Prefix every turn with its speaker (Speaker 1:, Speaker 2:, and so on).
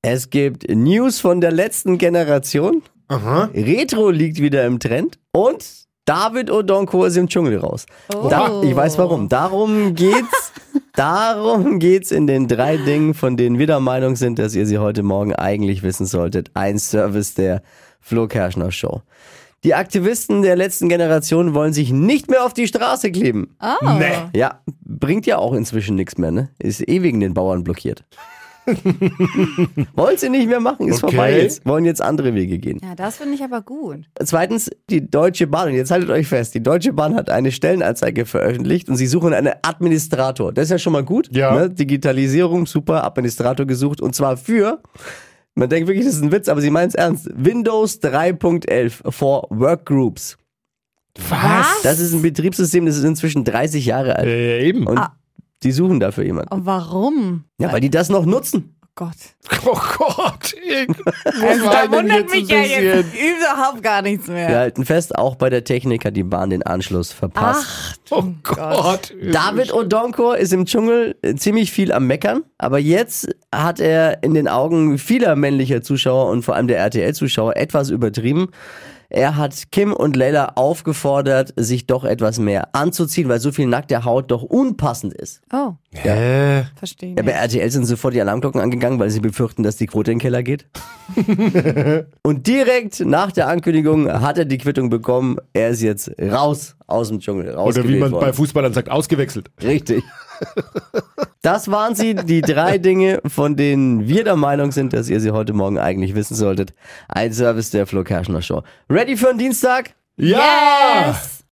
Speaker 1: Es gibt News von der letzten Generation.
Speaker 2: Aha.
Speaker 1: Retro liegt wieder im Trend. Und David Odonko ist im Dschungel raus. Da, ich weiß warum. Darum geht's. darum geht's in den drei Dingen, von denen wir der Meinung sind, dass ihr sie heute Morgen eigentlich wissen solltet. Ein Service der Flo Kerschner Show. Die Aktivisten der letzten Generation wollen sich nicht mehr auf die Straße kleben.
Speaker 3: Oh.
Speaker 2: Nee.
Speaker 1: Ja, bringt ja auch inzwischen nichts mehr, ne? Ist eh wegen den Bauern blockiert. Wollen sie nicht mehr machen, ist
Speaker 2: Okay.
Speaker 1: vorbei jetzt. Wollen jetzt andere Wege gehen.
Speaker 3: Ja, das finde ich aber gut.
Speaker 1: Zweitens, die Deutsche Bahn, und jetzt haltet euch fest, die Deutsche Bahn hat eine Stellenanzeige veröffentlicht und sie suchen einen Administrator. Das ist ja schon mal gut.
Speaker 2: Ja.
Speaker 1: Ne? Digitalisierung, super, Administrator gesucht und zwar für, man denkt wirklich, das ist ein Witz, aber sie meinen es ernst, Windows 3.11 for Workgroups.
Speaker 3: Was?
Speaker 1: Das ist ein Betriebssystem, das ist inzwischen 30 Jahre alt
Speaker 2: Äh, eben.
Speaker 1: und die suchen dafür jemanden.
Speaker 3: Und warum?
Speaker 1: Ja, weil die das noch nutzen.
Speaker 3: Oh Gott.
Speaker 2: Oh Gott. Ich, also,
Speaker 3: überhaupt gar nichts mehr.
Speaker 1: Wir halten fest, auch bei der Technik hat die Bahn den Anschluss verpasst.
Speaker 3: Ach,
Speaker 2: Oh Gott.
Speaker 1: David Odonko ist im Dschungel äh, ziemlich viel am Meckern, aber jetzt hat er in den Augen vieler männlicher Zuschauer und vor allem der RTL-Zuschauer etwas übertrieben. Er hat Kim und Leila aufgefordert, sich doch etwas mehr anzuziehen, weil so viel nackte Haut doch unpassend ist.
Speaker 3: oh,
Speaker 2: Äh,
Speaker 3: verstehe.
Speaker 1: Ja, bei
Speaker 3: nicht.
Speaker 1: RTL sind sofort die Alarmglocken angegangen, weil sie befürchten, dass die Quote in den Keller geht. und direkt nach der Ankündigung hat er die Quittung bekommen. Er ist jetzt raus aus dem Dschungel.
Speaker 2: oder wie
Speaker 1: rausgewählt
Speaker 2: man
Speaker 1: worden.
Speaker 2: bei Fußballern sagt, ausgewechselt.
Speaker 1: Richtig. Das waren sie, die drei Dinge, von denen wir der Meinung sind, dass ihr sie heute Morgen eigentlich wissen solltet. Ein Service der Flo Kerschner Show. Ready für den Dienstag?
Speaker 2: Ja!
Speaker 3: Yes!